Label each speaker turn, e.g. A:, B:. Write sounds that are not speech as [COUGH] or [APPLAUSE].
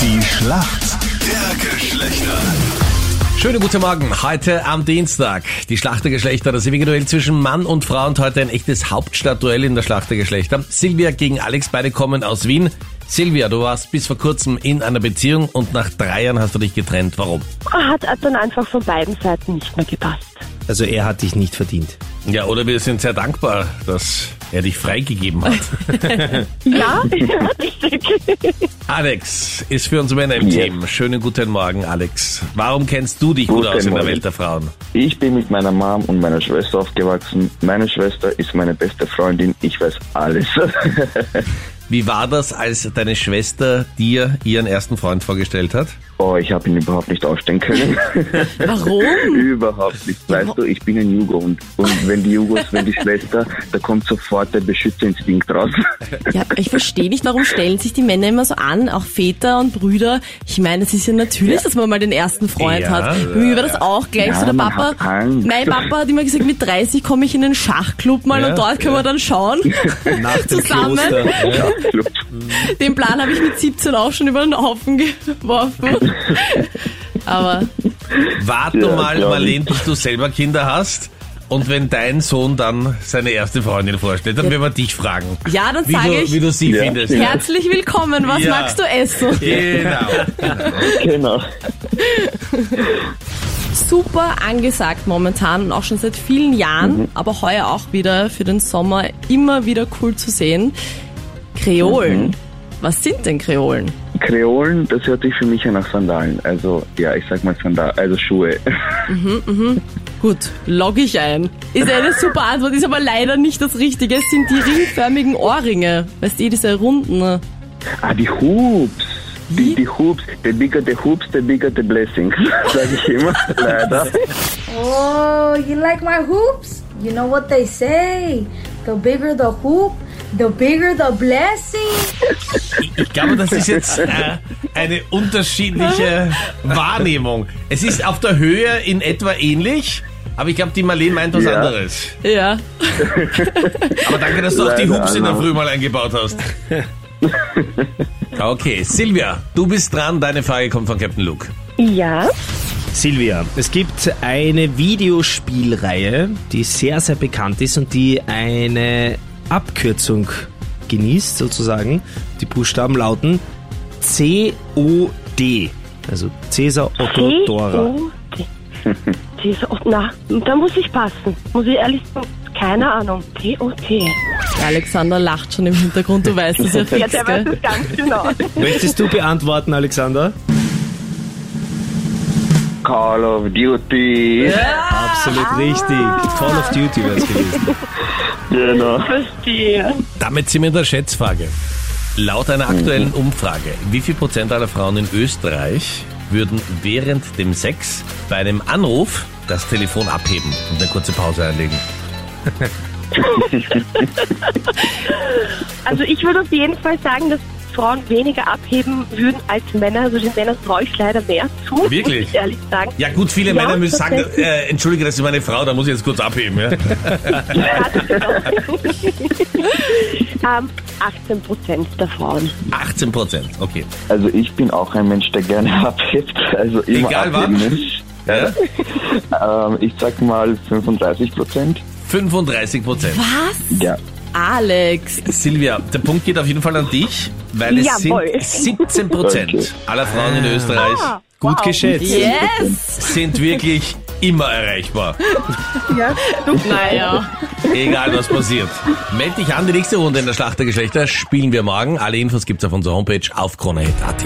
A: Die Schlacht der Geschlechter.
B: Schönen guten Morgen, heute am Dienstag. Die Schlachtergeschlechter, das ewige Duell zwischen Mann und Frau und heute ein echtes Hauptstadtduell in der Schlachtergeschlechter. Silvia gegen Alex, beide kommen aus Wien. Silvia, du warst bis vor kurzem in einer Beziehung und nach drei Jahren hast du dich getrennt. Warum?
C: Hat dann einfach von beiden Seiten nicht mehr gepasst.
D: Also er hat dich nicht verdient.
B: Ja, oder wir sind sehr dankbar, dass er dich freigegeben hat.
C: Ja, [LAUGHS] ja, richtig.
B: [LAUGHS] Alex ist für uns Männer im
E: Ja.
B: Team. Schönen guten Morgen, Alex. Warum kennst du dich gut
E: Guten
B: aus in der
E: Morgen.
B: Welt der Frauen?
E: Ich bin mit meiner Mom und meiner Schwester aufgewachsen. Meine Schwester ist meine beste Freundin. Ich weiß alles. [LAUGHS]
B: Wie war das, als deine Schwester dir ihren ersten Freund vorgestellt hat?
E: oh, ich habe ihn überhaupt nicht ausstehen können.
F: Warum?
E: [LAUGHS] überhaupt nicht. Weißt du, ich bin ein Jugo und, und wenn die Jugos, wenn die Schwester, da kommt sofort der Beschützerinstinkt raus.
F: Ja, ich verstehe nicht, warum stellen sich die Männer immer so an, auch Väter und Brüder. Ich meine, es ist ja natürlich, dass man mal den ersten Freund
B: Ja,
F: hat.
B: ja,
F: Mir war das auch gleich
E: Ja,
F: so. Der
E: man
F: Papa,
E: hat Angst.
F: mein Papa hat immer gesagt, mit 30 komme ich in den Schachclub mal
B: Ja,
F: und dort können wir
B: [LAUGHS]
F: dann schauen.
D: Nach dem
F: Zusammen.
D: Kloster.
E: Ja, absolut.
F: Den Plan habe ich mit 17 auch schon über den Haufen geworfen.
B: [LAUGHS]
F: Aber
B: Warte
E: Ja,
B: mal,
E: glaub ich.
B: Marlene, bis du selber Kinder hast. Und wenn dein Sohn dann seine erste Freundin vorstellt, dann werden wir dich fragen.
F: ja, dann
B: Wie
F: sage
B: du, wie
F: ich,
B: du sie
E: Ja.
B: findest.
F: herzlich willkommen, was
B: Ja.
F: magst du essen?
B: Genau.
E: Genau.
F: super angesagt momentan und auch schon seit vielen Jahren, aber heuer auch wieder für den Sommer immer wieder cool zu sehen. Kreolen. Was sind denn Kreolen?
E: Kreolen, das hört sich für mich ja nach Sandalen. Also, ja, ich sag mal Sandalen, also Schuhe.
F: Gut, log ich ein. Ist eine super Antwort, ist aber leider nicht das Richtige. Es sind die ringförmigen Ohrringe. Weißt du, eh, diese runden.
E: Ah, die Hoops. Die, die Hoops, the bigger the hoops, the bigger the blessings, [LAUGHS] sage ich immer, leider.
G: Oh, you like my hoops? You know what they say. The bigger the hoop, the bigger the blessing.
B: Ich glaube, das ist jetzt äh, eine unterschiedliche Wahrnehmung. Es ist auf der Höhe in etwa ähnlich, aber ich glaube, die Marlene meint was
E: Ja.
B: anderes.
F: Ja.
B: Aber danke, dass du auch die
E: Leider,
B: Hubs in der
E: also.
B: Früh mal eingebaut
E: [LAUGHS]
B: hast. Okay, Silvia, du bist dran. Deine Frage kommt von Captain Luke.
C: Ja,
D: Silvia, es gibt eine Videospielreihe, die sehr, sehr bekannt ist und die eine Abkürzung genießt, sozusagen. Die Buchstaben lauten COD. Also Cäsar Otto Dora.
C: T-O-D. T-O-D. Na, da muss ich passen. Muss ich ehrlich sagen, keine Ahnung. T-O-T.
F: Der Alexander lacht schon im Hintergrund, du weißt es ja
C: Ja,
F: fix,
C: der weiß
F: gell?
C: es [LAUGHS] ganz genau.
D: Möchtest du beantworten, Alexander?
E: Call of Duty.
D: Absolut richtig. Call of Duty wäre es gewesen.
E: Genau.
C: Verstehe.
B: Damit sind wir in der Schätzfrage. Laut einer aktuellen Umfrage, wie viel Prozent aller Frauen in Österreich würden während dem Sex bei einem Anruf das Telefon abheben und eine kurze Pause einlegen?
C: Also ich würde auf jeden Fall sagen, dass Frauen weniger abheben würden als Männer. Also den Männern traue ich leider mehr zu.
B: Wirklich?
C: Muss ich ehrlich sagen.
B: Ja gut, viele
C: Ja,
B: Männer müssen sagen,
C: tatsächlich.
B: äh, entschuldige, das ist meine Frau, da muss ich jetzt kurz abheben. Ja? [LAUGHS]
C: Ähm, 18 Prozent der Frauen.
B: 18 Prozent, okay.
E: Also ich bin auch ein Mensch, der gerne [LAUGHS] abhebt. Also immer
B: Egal
E: abheben [LAUGHS]
B: was.
E: ist.
B: Ja?
E: Ähm, ich sag mal 35 Prozent.
B: 35 Prozent.
F: Was?
E: Ja.
F: Alex,
B: Silvia, der Punkt geht auf jeden Fall an dich, weil es
C: Jawohl. Ah,
B: sind 17 Prozent
E: Danke.
B: aller Frauen in Österreich
D: Gut geschätzt.
B: [LAUGHS]
F: yes!
B: sind wirklich immer erreichbar.
F: Naja.
B: Egal was passiert. Meld dich an, die nächste Runde in der Schlacht der Geschlechter spielen wir morgen. Alle Infos gibt's auf unserer Homepage auf kronehit.at.